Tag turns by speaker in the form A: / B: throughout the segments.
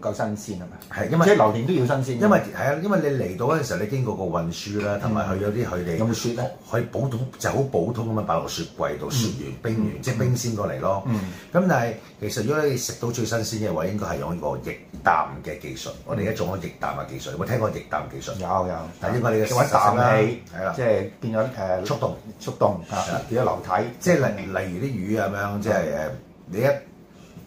A: 唔夠新鮮啊嘛，
B: 係因為
A: 即係榴蓮都要新鮮嘅。
B: 因為係啊，因為你嚟到嗰陣時候，你經過個運輸啦，同埋佢有啲佢哋
A: 嗯有冇雪咧？
B: 佢普通就好普通咁樣擺落雪櫃度，雪
A: 嗯
B: 完冰完，即係冰鮮過嚟咯。咁但係其實如果你食到最新鮮嘅話，應該係用呢個液氮嘅技術。我哋而家做緊液氮嘅技術，有冇聽過液氮技術？
A: 嗯有有，
B: 但因為你嘅
A: 即係揾啖氣，
B: 係啦
A: 即係變咗誒
B: 速凍，
A: 速凍
B: 係
A: 啊
B: 啦，
A: 變咗流體，
B: 即係例例如啲魚啊咁樣，即係誒
A: 嗯
B: 你一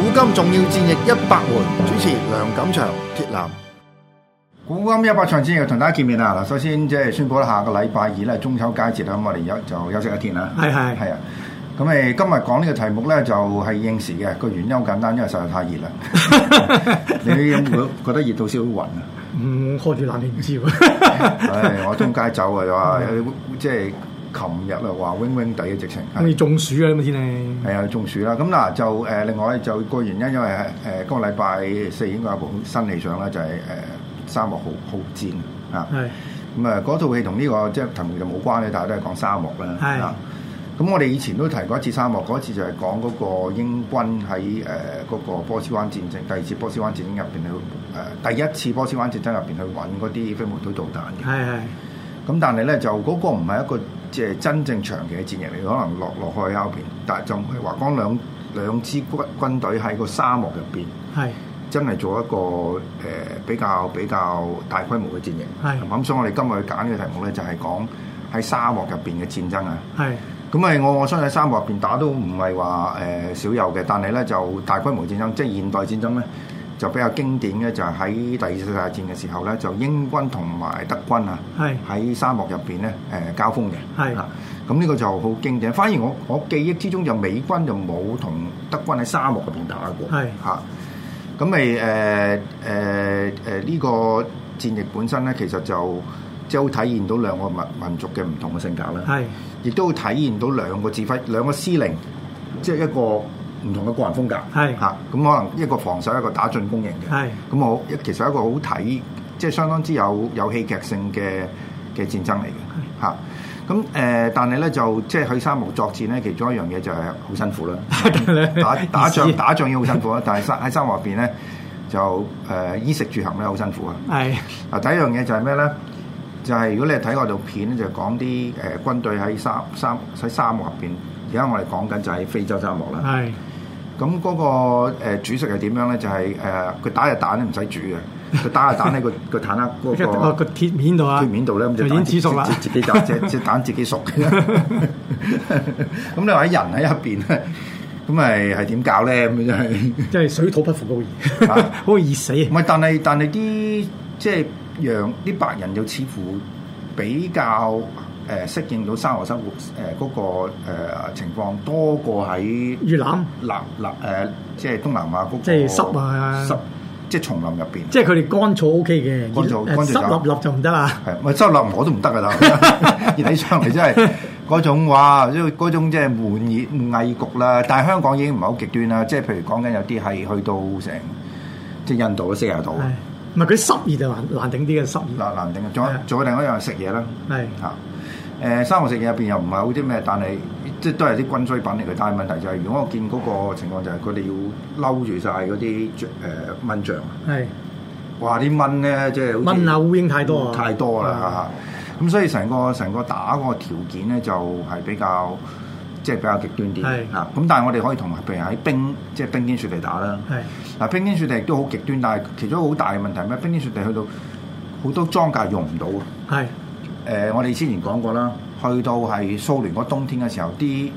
A: 古今重要戰役一百回，主持梁錦祥、鐵男。古今一百場戰役同大家見面啊啦！嗱，首先即係宣佈啦，下個禮拜二咧中秋佳節啦，咁我哋休就休息一天啦。
C: 係係
A: 係啊，咁誒今日講呢個題目咧就係應時嘅，個原因好簡單，因為實在太熱 啦。你有冇覺得熱到燒暈啊？
C: 嗯，開住冷氣唔知
A: 唉
C: 喎，，
A: 我中街走啊，話
C: 嗯
A: 即係琴日啊話 wing wing 地嘅直情。
C: 咁你中暑啊咁天氣，
A: 係啊，中暑啦。咁嗱就誒、另外就個原因，因為誒誒今個禮拜四應該有部新戲上啦，就係、誒、沙漠浩浩戰啊。
C: 係
A: 咁啊，嗰套戲同呢個即係題目就冇關嘅，但係都係講沙漠啦。
C: 係
A: 啊咁咁我哋以前都提過一次沙漠，嗰次就係講嗰個英軍喺誒呃嗰個波斯灣戰爭，第二次波斯灣戰爭入邊去誒、第一次波斯灣戰爭入邊去揾嗰啲飛毛腿導彈嘅。
C: 係係
A: 咁但係咧就嗰個唔係一個即係真正長期嘅戰役嚟，可能落落去歐邊，但係就唔係話講兩兩支軍軍隊喺個沙漠入邊。
C: 係
A: 真係做一個誒、呃比較比較大規模嘅戰役，
C: 係
A: 咁，所以我哋今日揀嘅題目咧就係講喺沙漠入邊嘅戰爭啊。
C: 係
A: 咁誒，我我相信喺沙漠入邊打都唔係話誒少有嘅，但係咧就大規模戰爭，即係現代戰爭咧就比較經典嘅，就係喺第二次世界大戰嘅時候咧，就英軍同埋德軍啊
C: 係
A: 喺沙漠入邊咧誒交鋒嘅。
C: 係
A: 啊咁呢個就好經典。反而我我記憶之中就美軍就冇同德軍喺沙漠入邊打過。
C: 係
A: 嚇。咁咪誒誒誒呢個戰役本身咧，其實就即係好體現到兩個民民族嘅唔同嘅性格啦。
C: 係
A: 亦都體現到兩個指揮兩個司令，即係一個唔同嘅個人風格。
C: 係
A: 嚇，咁可能一個防守，一個打進攻型嘅。
C: 係
A: 咁我其實一個好睇，即係相當之有有戲劇性嘅嘅戰爭嚟嘅嚇。咁誒、但係咧就即係去沙漠作戰咧，其中一樣嘢就係好辛 苦啦。打打仗
C: 意思
A: 打仗要好辛苦啦，但係沙喺沙漠入邊咧就誒、衣食住行咧好辛苦啊。
C: 係
A: 嗱，第一樣嘢就係咩咧？就係、如果你睇我條片咧，就講啲誒軍隊喺沙沙喺沙漠入邊。而家我哋講緊就喺非洲沙漠啦。
C: 係
A: 咁嗰、個、呃、煮食係點樣咧？就係誒佢打隻蛋咧唔使煮嘅，佢打隻蛋喺 個個坦克嗰、
C: 即係哦
A: 個
C: 個個鐵面度啊，
A: 對面度咧，咁就
C: 就已經
A: 蛋自
C: 煮熟啦
A: 自，自己 打隻隻蛋自己熟嘅。咁你話喺人喺入邊咧，咁咪係點搞咧？咁真係。
C: 即係水土不服嘅好熱，
A: 啊
C: 好熱死
A: 唔
C: 啊！
A: 係，但係但係啲即係讓啲白人就似乎比較誒、呃、適應到沙河生活誒嗰、個、呃、情況多過喺
C: 越南
A: 南南誒即係東南亞嗰、個
C: 即係濕啊
A: 濕即係叢林入邊。
C: 即係佢哋乾燥 O K 嘅，
A: 乾燥
C: 熱
A: 乾燥
C: 誒
A: 就
C: 濕立立就唔得啦。
A: 係，咪收落我都唔得噶啦， 熱起上嚟真係嗰種哇，因為嗰種即係悶熱翳焗啦。但係香港已經唔係好極端啦，即係譬如講緊有啲係去到成即係印度都四十度，
C: 係唔係佢濕熱就難難頂啲嘅濕熱。
A: 難難頂。仲有
C: 係啊
A: 仲有另外一樣係食嘢啦。
C: 係
A: 嚇。誒生活食嘢入邊又唔係好啲咩，但係即係都係啲軍需品嚟嘅。但係問題就係、如果我見嗰個情況就係佢哋要嬲住晒嗰啲雀誒蚊帳，啊
C: 係
A: 哇！啲蚊咧即係好似
C: 蚊啊烏蠅太多啊，
A: 太多啦嚇。咁所以成個成個打個條件咧就係比較即係比較極端啲
C: 係
A: 嚇。咁但係我哋可以同譬如喺冰即係冰天雪地打啦。
C: 係。
A: 嗱，冰天雪地亦都好極端，但係其中一個好大嘅問題係咩？冰天雪地去到好多裝甲用唔到啊。
C: 係
A: 誒、呃我哋之前講過啦，去到係蘇聯嗰冬天嘅時候，啲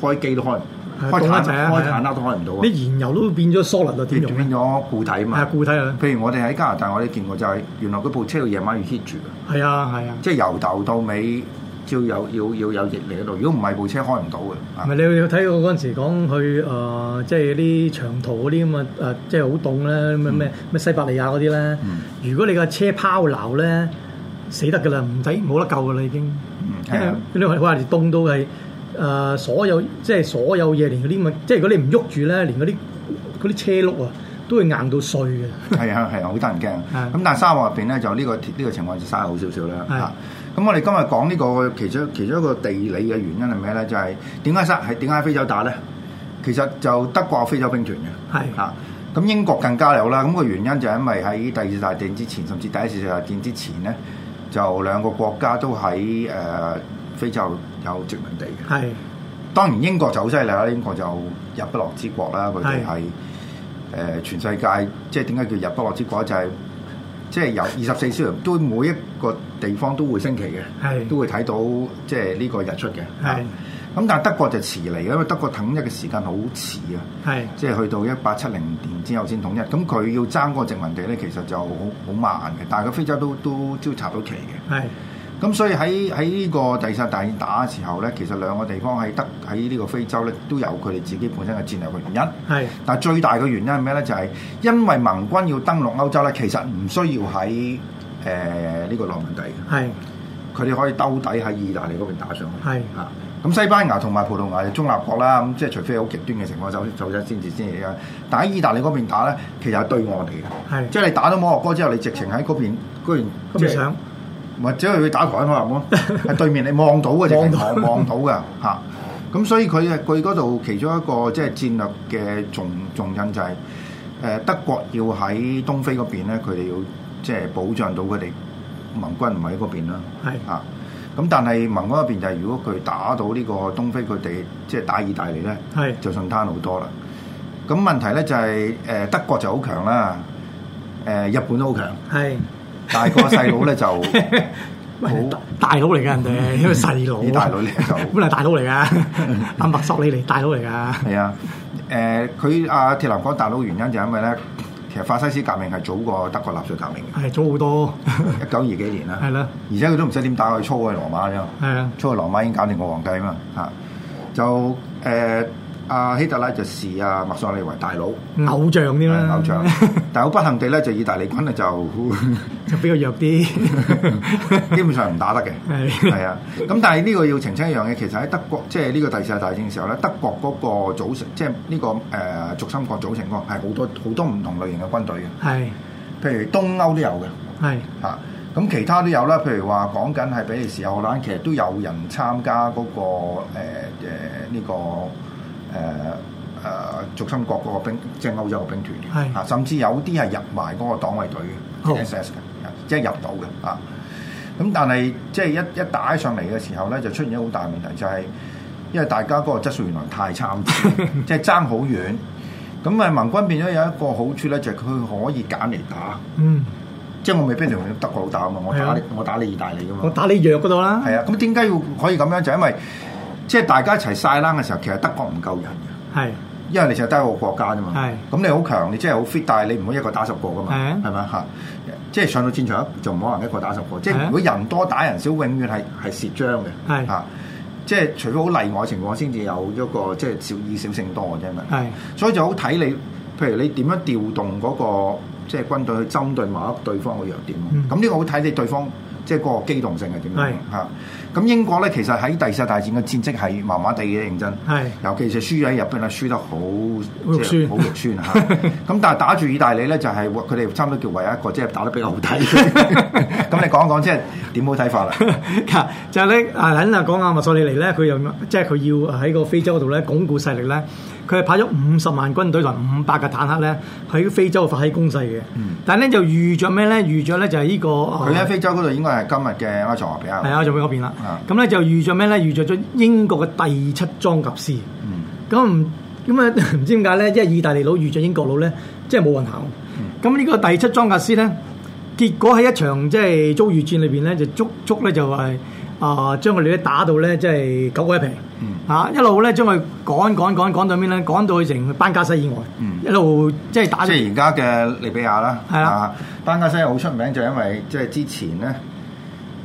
A: 開機都開唔，
C: 係
A: 開
C: 凍
A: 坦
C: 一陣啊
A: 開
C: 係啊
A: 坦克都開唔到啊！
C: 啲燃油都變咗 solid 啦，點用啊
A: 變
C: 咧？
A: 咗固體嘛
C: 係。固體啦，
A: 譬如我哋喺加拿大，我哋見過就係原來嗰部車到夜晚要 heat 住嘅，
C: 係啊係啊，
A: 即係由頭到尾照有要要有熱力喺度。如果唔係部車開唔到嘅。啊
C: 唔係你有睇過嗰陣時講去誒、呃即係啲長途嗰啲咁啊誒，即係好凍咧，
A: 嗯
C: 咩咩咩西伯利亞嗰啲咧。如果你架車拋流咧，死得㗎啦，唔使冇得救㗎啦已經。
A: 嗯
C: 因
A: 係
C: 為
A: 啊
C: 因為哇，凍到係誒、呃所有即係所有嘢，連嗰啲咁嘅，即係如果你唔喐住咧，連嗰啲嗰啲車轆啊，都會硬到碎嘅。
A: 係啊係啊，好得人
C: 係
A: 驚。咁但係沙漠入邊咧，就呢、個呢、個情況就嘥好少少啦。
C: 係
A: 嚇咁我哋今日講呢個其中其中一個地理嘅原因係咩咧？就係點解沙係點解非洲打咧？其實就德國有非洲兵團嘅。
C: 係
A: 嚇。咁英國更加有啦，咁、個原因就係因為喺第二次大戰之前，甚至第一次大戰之前咧，就兩個國家都喺誒、呃非洲有殖民地嘅。
C: 係
A: 當然英國就好犀利啦，英國就日不落之國啦，佢哋係誒全世界即係點解叫日不落之國就係、即係由二十四小時都每一個地方都會升旗嘅，
C: 係
A: 都會睇到即係呢個日出嘅。啊
C: 係
A: 咁但係德國就遲嚟嘅，因為德國統一嘅時間好遲啊。
C: 係
A: 即係去到一八七零年之後先統一，咁佢要爭嗰個殖民地咧，其實就好好慢嘅。但係佢非洲都都都插到旗嘅。
C: 係
A: 咁所以喺喺呢個第三大戰打嘅時候咧，其實兩個地方喺德喺呢個非洲咧都有佢哋自己本身嘅戰略嘅原因。
C: 係
A: 但係最大嘅原因係咩咧？就係、因為盟軍要登陸歐洲咧，其實唔需要喺誒呢個諾曼第嘅。
C: 係
A: 佢哋可以兜底喺意大利嗰邊打上去。
C: 係
A: 啊，咁西班牙同埋葡萄牙就中立國啦，咁即係除非有好極端嘅情況走走咗先至先嚟啊。但喺意大利嗰邊打咧，其實係對岸嚟嘅，
C: 係
A: 即係你打到摩洛哥之後，你直情喺嗰邊嗰邊
C: 咁
A: 即
C: 你
A: 係
C: 想
A: 或者去打台灣可能咯，喺對面你望到嘅，直情
C: 望到
A: 望到嘅嚇。咁所以佢誒佢嗰度其中一個即係戰略嘅重重印就係、誒德國要喺東非嗰邊咧，佢哋要即係保障到佢哋盟軍唔喺嗰邊啦。
C: 係
A: 啊，咁但係盟軍嗰邊就係如果佢打到呢個東非佢哋即係打意大利咧，
C: 係
A: 就順攤好多啦。咁問題咧就係、誒德國就好強啦，誒、日本都好強，
C: 係。
A: 但係個細佬咧就
C: 喂
A: 好
C: 大大佬嚟㗎人哋，因為細佬啊。
A: 你大佬嚟就
C: 本嚟大佬嚟 㗎，阿墨索里尼大佬嚟㗎。
A: 係啊，誒佢阿鐵林講大佬原因就係因為咧，其實法西斯革命係早過德國納粹革命
C: 係早好多，
A: 嘅，一九二幾年啦。
C: 係啦，
A: 而且佢都唔使點打，佢操去羅馬啫嘛。
C: 係啊，
A: 操去羅馬已經搞掂個皇帝啊嘛嚇。就誒阿希特拉就視阿墨索里為大佬
C: 偶像啲啦，
A: 偶 像，但係好不幸地咧，就意大利軍咧就
C: 就比較弱啲，
A: 基本上唔打得嘅。
C: 係
A: 係啊，咁但係呢個要澄清一樣嘢，其實喺德國，即係呢個第二次世界大戰嘅時候咧，德國嗰個組成，即係呢個誒、呃、軸心國組成國係好多好多唔同類型嘅軍隊嘅，
C: 係
A: 譬如東歐都有嘅
C: 係
A: 嚇，啊咁、其他都有啦，譬如話講緊係比利時、荷蘭，其實都有人參加嗰、個誒誒呢個呃誒。誒軸心國嗰個兵，即係歐洲嘅兵團嘅，
C: 係
A: 啊甚至有啲係入埋嗰個黨衛隊
C: 好
A: 嘅 SS 嘅，啊即係入到嘅啊。咁但係即係一一打起上嚟嘅時候咧，就出現咗好大問題，就係、因為大家嗰個質素原來太參 差，即係爭好遠。咁啊，盟軍變咗有一個好處咧，就係佢可以揀嚟打，
C: 嗯，
A: 即係我未必同德國佬打啊嘛，我
C: 係
A: 打
C: 啊
A: 你，我打你意大利噶
C: 我
A: 嘛，
C: 打你弱嗰度啦，
A: 係啊。咁點解要可以咁樣？就因為即係大家一齊晒冷嘅時候，其實德國唔夠人嘅，
C: 係
A: 因為你就得一個國家啫嘛。
C: 係
A: 咁你好強，你真係好 fit，但係你唔好一個打十個噶嘛，
C: 係啊
A: 係咪嚇？即係上到戰場就唔可能一個打十個，即
C: 係啊
A: 係如果人多打人少，永遠係係蝕張嘅，
C: 係
A: 嚇。即係除非好例外情況先至有一個即係少以少勝多嘅啫嘛。
C: 係
A: 所以就好睇你，譬如你點樣調動嗰、個即係軍隊去針對某一對方嘅弱點咯
C: 嗯
A: 咁呢、個好睇你對方即係個機動性係點
C: 係
A: 樣啊嚇。咁英國咧其實喺第二次大戰嘅戰績係麻麻地嘅認真，
C: 係
A: 尤其是輸喺日本啊，輸得好
C: 好肉
A: 即係
C: 酸
A: 好肉酸啊嚇。 咁但係打住意大利咧，就係佢哋差唔多叫唯一一個即係打得比較好 睇。咁你講一講即係點好睇法啦？啊
C: 嗱就係咧，啊肯啊講阿墨索里尼咧，佢又即係佢要喺個非洲嗰度咧鞏固勢力咧，佢係派咗五十萬軍隊同五百嘅坦克咧喺非洲發起攻勢嘅，但係咧就預着咩咧？預着咧就係呢個啊
A: 佢喺非洲嗰度應該係今日嘅埃塞俄比亞。
C: 係啊，就會嗰邊啦
A: 啊。
C: 咁咧就預咗咩咧？預咗咗英國嘅第七裝甲師。咁唔咁啊， 唔知點解咧？因為意大利佬預咗英國佬咧，即係冇運行。咁呢個第七裝甲師咧，結果喺一場即係遭遇戰裏邊咧，就足足咧就係啊將佢哋咧打到咧即係九個一皮。啊！一路咧將佢趕趕趕趕到邊咧？趕到去成班加西以外，一路即係打
A: 即係而家嘅利比亞啦，
C: 啊係啦
A: 啊，班加西好出名就因為即係之前咧，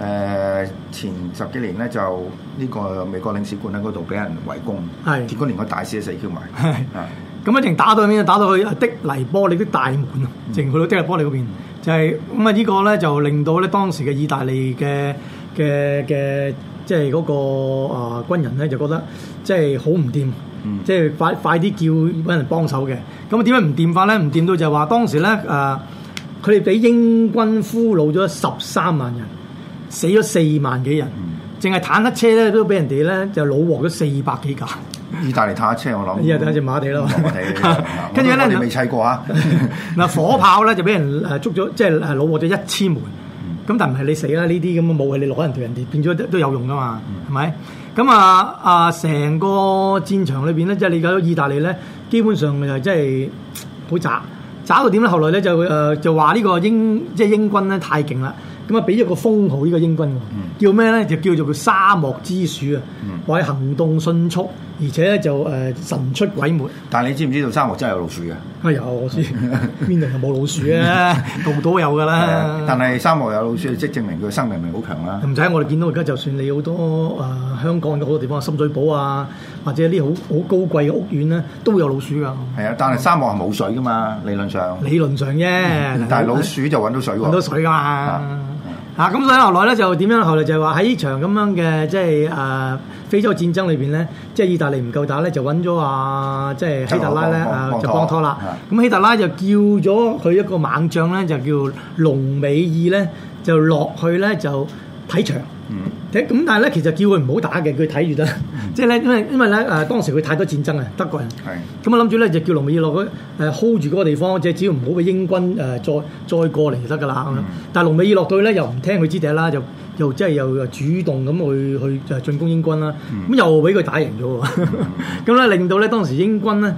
A: 誒、前十幾年咧就呢個美國領事館喺嗰度俾人圍攻，
C: 係
A: 結果連個大使都死 Q 埋，
C: 係
A: 啊
C: 咁一定打到去邊？打到去啊的黎波里的大門啊，直情去到的黎波里嗰邊，就係咁啊！呢個咧就令到咧當時嘅意大利嘅嘅嘅，即係嗰個啊、軍人咧就覺得即係好唔掂，即係快快啲叫揾人幫手嘅。咁啊點解唔掂法咧？唔掂到就係話當時咧誒，呃佢哋俾英軍俘虜咗十三萬人，死咗四萬幾人，淨係坦克車咧都俾人哋咧就擄獲咗四百幾架。
A: 意大利坦克車我諗，
C: 依家就好似馬地啦
A: 馬 地
C: 嘛跟住咧
A: 我哋未砌過啊，
C: 嗱火炮咧就俾人誒捉咗，即係誒攞獲咗一千門。咁但唔係你死啦，呢啲咁嘅武器你攞人條人哋變咗都都有用噶嘛，係咪？咁啊啊，成個戰場裏邊咧，即係你睇到意大利咧，基本上就真係好渣，渣到點咧？後來咧就誒、呃就話呢個英即係英軍咧太勁啦。咁啊，俾咗個封號呢個英軍喎，叫咩咧？就叫做佢沙漠之鼠啊，話係行動迅速，而且咧就誒、呃神出鬼沒。
A: 但係你知唔知道沙漠真係有老鼠嘅？
C: 啊有 我知，邊度有冇老鼠啊？ 度度都有噶
A: 係啊但
C: 啦。
A: 係沙漠有老鼠，即係證明佢生命力好強啦。
C: 唔使，我哋見到而家就算你好多誒、呃香港嘅好多地方，深水埗啊，或者啲好好高貴嘅屋苑咧，都會有老鼠噶。
A: 係啊，但係沙漠係冇水噶嘛，理論上，
C: 理論上啫，
A: 嗯但係老鼠就揾到水
C: 揾到
A: 喎。
C: 水噶嘛
A: 啊。
C: 啊，咁所以後來咧就點樣？後來就係話喺呢場咁樣嘅即係誒非洲戰爭裏邊咧，即係意大利唔夠打咧，就揾咗啊即係希特拉咧
A: 幫幫
C: 啊
A: 幫
C: 就幫拖啦。咁希特拉就叫咗佢一個猛將咧，就叫隆美爾咧，就落去咧就睇場。
A: 嗯
C: 咁但係咧，其實叫佢唔好打嘅，佢睇住得。即係咧，因為因為咧誒，當時佢太多戰爭啊，德國人。
A: 係
C: 咁我諗住咧，就叫隆美爾落去誒 hold 住嗰個地方，即係只要唔好俾英軍誒、呃再再過嚟就得㗎啦咁
A: 嗯
C: 樣。但係隆美爾落到去咧，又唔聽佢支笛啦，又又即係又又主動咁去去誒進攻英軍啦。
A: 嗯
C: 咁、又俾佢打贏咗喎。 咁咧令到咧當時英軍咧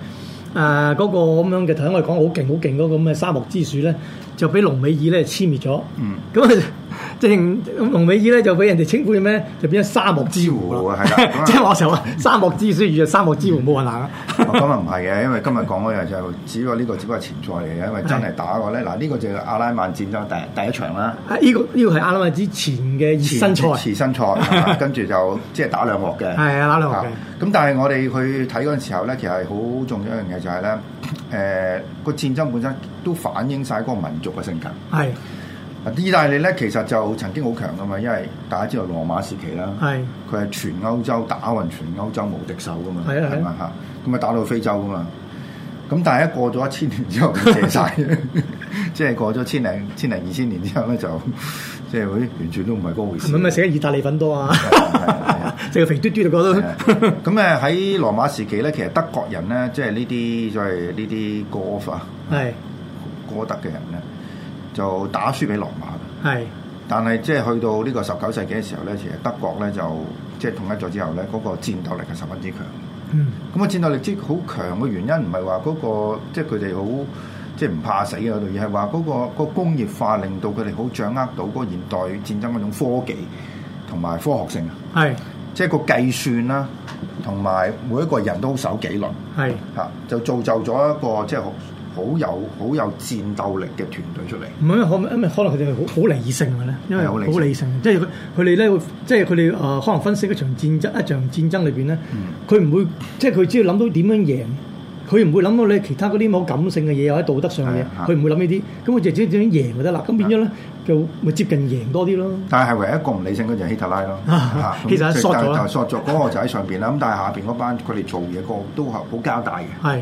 C: 誒嗰個咁樣嘅頭先我哋講好勁好勁嗰個咁嘅沙漠之鼠咧，就俾隆美爾咧殲滅咗。
A: 嗯
C: 咁啊、 即係咁隆美爾咧就俾人哋稱呼叫咩？就變咗沙漠之狐啦。
A: 之狐啊係啦
C: 即係我成日話沙漠之鼠遇著沙漠之狐冇人行啊。
A: 哦咁啊唔係嘅，因為今日講嗰樣就只不過呢個只不過係潛在嚟嘅，因為真係打過
C: 嗯
A: 咧，嗱呢個就係阿拉曼戰爭第第一場啦，
C: 啊！呢、個呢、個係啱啱之前嘅熱身賽，
A: 前身賽，係 嘛跟住就即係打兩鑊嘅，
C: 係啊，打兩
A: 啊
C: 嘅。
A: 咁但係我哋去睇嗰陣時候咧，其實係好重要一樣嘢就係咧，誒個戰爭本身都反映晒嗰個民族嘅性格。
C: 係
A: 嗱，啊意大利咧其實就曾經好強噶嘛，因為大家知道羅馬時期啦，
C: 係
A: 佢係全歐洲打暈全歐洲無敵手噶嘛，
C: 係啊係啊
A: 咪嚇？咁啊打到非洲噶嘛，咁但係一過咗一千年之後就謝 晒，即係過咗千零千零二千年之後咧就即係會完全都唔係嗰回事。
C: 咁咪食緊意大利粉多啊
A: 係啊！
C: 食個肥嘟嘟就覺得
A: 咁誒喺羅馬時期咧，其實德國人咧，即係呢啲所謂呢啲哥法
C: 係
A: 哥德嘅人咧，就打輸俾羅馬嘅。
C: 係
A: 但係即係去到呢個十九世紀嘅時候咧，其實德國咧就即係統一咗之後咧，嗰、個戰鬥力係十分之強。
C: 嗯
A: 咁啊個戰鬥力之好強嘅原因唔係話嗰個即係佢哋好即係唔怕死啊，而係話嗰個、個工業化令到佢哋好掌握到嗰個現代戰爭嗰種科技同埋科學性啊。
C: 係
A: 即係個計算啦，同埋每一個人都好守紀律
C: 係
A: 嚇、就造就咗一個即係好好有好有戰鬥力嘅團隊出嚟。
C: 唔係可因為可能佢哋好好理性嘅咧，因為
A: 係
C: 好
A: 好理性
C: 理性，即係佢佢哋咧會，即係佢哋呃誒可能分析一場戰爭一場戰爭裏邊咧，
A: 嗯
C: 佢唔會即係佢只要諗到點樣贏。佢唔會諗到你其他嗰啲冇感性嘅嘢或者道德上嘅嘢
A: 係，啊
C: 佢唔會諗呢啲，咁佢就只點樣贏就得啦。咁變咗咧，就咪接近贏多啲咯。
A: 但係唯一一個唔理性嗰就係希特拉 咯，
C: 啊
A: 嚇咁
C: 希特拉索咗
A: 但係
C: 啦
A: 但係索咗嗰個就喺上邊啦。咁但係下邊嗰班佢哋做嘢個個都係好交代嘅，
C: 係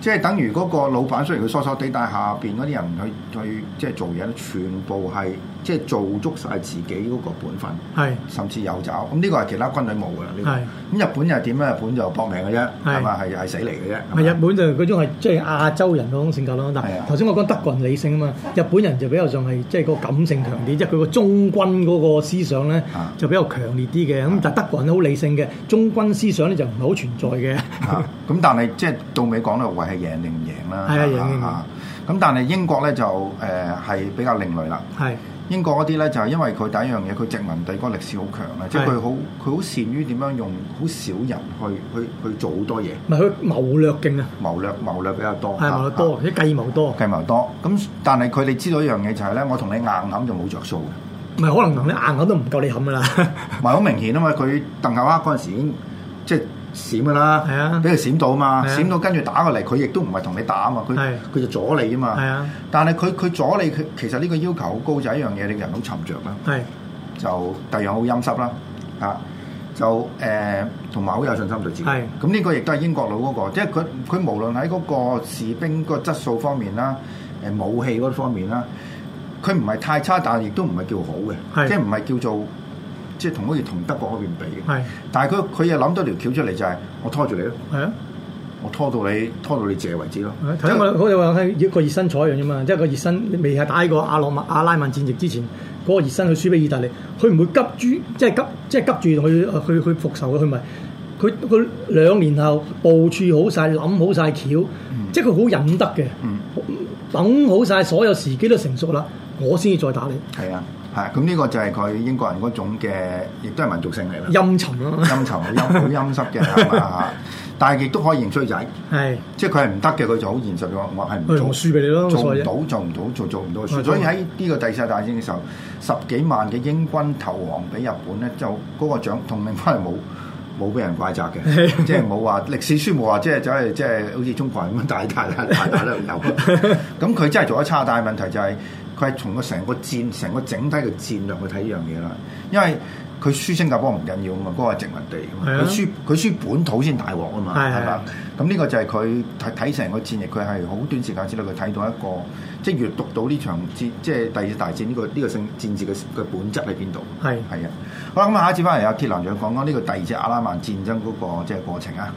A: 即係等於嗰個老闆雖然佢疏疏地，但係下邊嗰啲人去去即係做嘢咧，全部係即係做足晒自己嗰個本分。
C: 係
A: 甚至有找，咁呢個係其他軍隊冇㗎啦。呢
C: 係
A: 個咁日本又點啊咧？日本就搏命嘅啫，
C: 係
A: 係嘛？係係死嚟嘅啫。係
C: 唔係
A: 嘛
C: 日本就嗰種係即係亞洲人嗰種性格咯，但
A: 係
C: 係
A: 啊
C: 頭先我講德國人理性啊嘛，日本人就比較上係即係個感性強啲，即係佢個忠君嗰個思想咧
A: 啊
C: 就比較強烈啲嘅，咁但係德國人都好理性嘅，忠君思想咧就唔係好存在嘅，
A: 啊咁但係即係到尾講咧，為係贏定唔贏啦。
C: 係啊
A: 啊
C: 贏定唔贏
A: 啊咁但係英國咧就誒係比較另類啦。
C: 係
A: 英國嗰啲咧就係因為佢第一樣嘢，佢殖民地嗰個歷史好強啊，即係佢好佢好善於點樣用好少人去去去做好多嘢，
C: 唔係佢謀略勁啊，
A: 謀略謀略比較多，
C: 係謀略
A: 啊
C: 多，啲計謀多，
A: 啊計謀多。咁但係佢哋知道一樣嘢就係咧，我同你硬冚就冇着數嘅。
C: 唔係可能同你硬口都唔夠你冚噶啦，
A: 唔係好明顯啊嘛！佢鄧校克嗰陣時已經即係閃噶啦，
C: 係啊
A: 俾佢閃到啊嘛，
C: 係啊
A: 閃到跟住打過嚟，佢亦都唔係同你打啊嘛，佢
C: 係
A: 佢就阻你啊嘛。
C: 係啊
A: 但係佢佢阻你，佢其實呢個要求好高，就係一樣嘢，你人好沉着啊啦，
C: 係
A: 就第二樣好陰濕啦，啊就誒同埋好有信心對自己。
C: 係
A: 咁呢個亦都係英國佬嗰、個，即係佢佢無論喺嗰個士兵個質素方面啦，誒武器嗰方面啦，佢唔係太差，但係亦都唔係叫好
C: 係
A: 嘅，即係唔係叫做即係同好似同德國嗰邊比嘅。
C: 係
A: 但係佢佢又諗到條橋出嚟就係、我拖住你咯，
C: 係啊。
A: 我拖到你拖到你謝為止咯。
C: 頭先我好似話係一個熱身賽一樣啫嘛，即係個熱身未係打呢個阿羅馬阿拉曼戰役之前，嗰、個熱身去輸俾意大利，佢唔會急住，即係急即係急住去去去復仇嘅，佢唔係。佢佢兩年後部署好晒，諗好晒橋，即係佢好忍得嘅，等好晒所有時機都成熟啦，我先至再打你，
A: 係啊，係咁呢個就係佢英國人嗰種嘅，亦都係民族性嚟啦。
C: 陰沉啊啦，
A: 陰沉、好陰好陰濕嘅係嘛嚇？但係亦都可以認衰仔，
C: 係
A: 即係佢係唔得嘅，佢就好現實嘅，我係唔
C: 誒
A: 做，
C: 我輸俾你咯冇
A: 做
C: 所謂啊
A: 唔
C: 啫
A: 到，做唔到，做做唔到
C: 係
A: 輸。所以喺呢個第四次大戰嘅時候，十幾萬嘅英軍投降俾日本咧，就嗰個獎同令翻嚟冇。 冇俾人怪責 嘅，即係冇話歷史書冇話，即係走去即 係好似中國人咁樣大大大大大都有。咁佢真係做得差，但係問題就係佢係從個成個戰、成個整體嘅戰略去睇呢樣嘢啦。因為佢輸新加坡唔緊要啊嘛，嗰、個係殖民地啊嘛，
C: 係啊
A: 佢輸佢輸本土先大鑊啊嘛，
C: 係係
A: 係嘛？咁呢個就係佢睇睇成個戰役，佢係好短時間之內佢睇到一個，即係閲讀到呢場戰，即係第二次大戰呢、個呢、個性戰事嘅嘅本質喺邊度。
C: 係
A: 係啊，好啦，咁啊下一次翻嚟阿鐵男就講講呢個第二次阿拉曼戰爭嗰、個即係過程啊。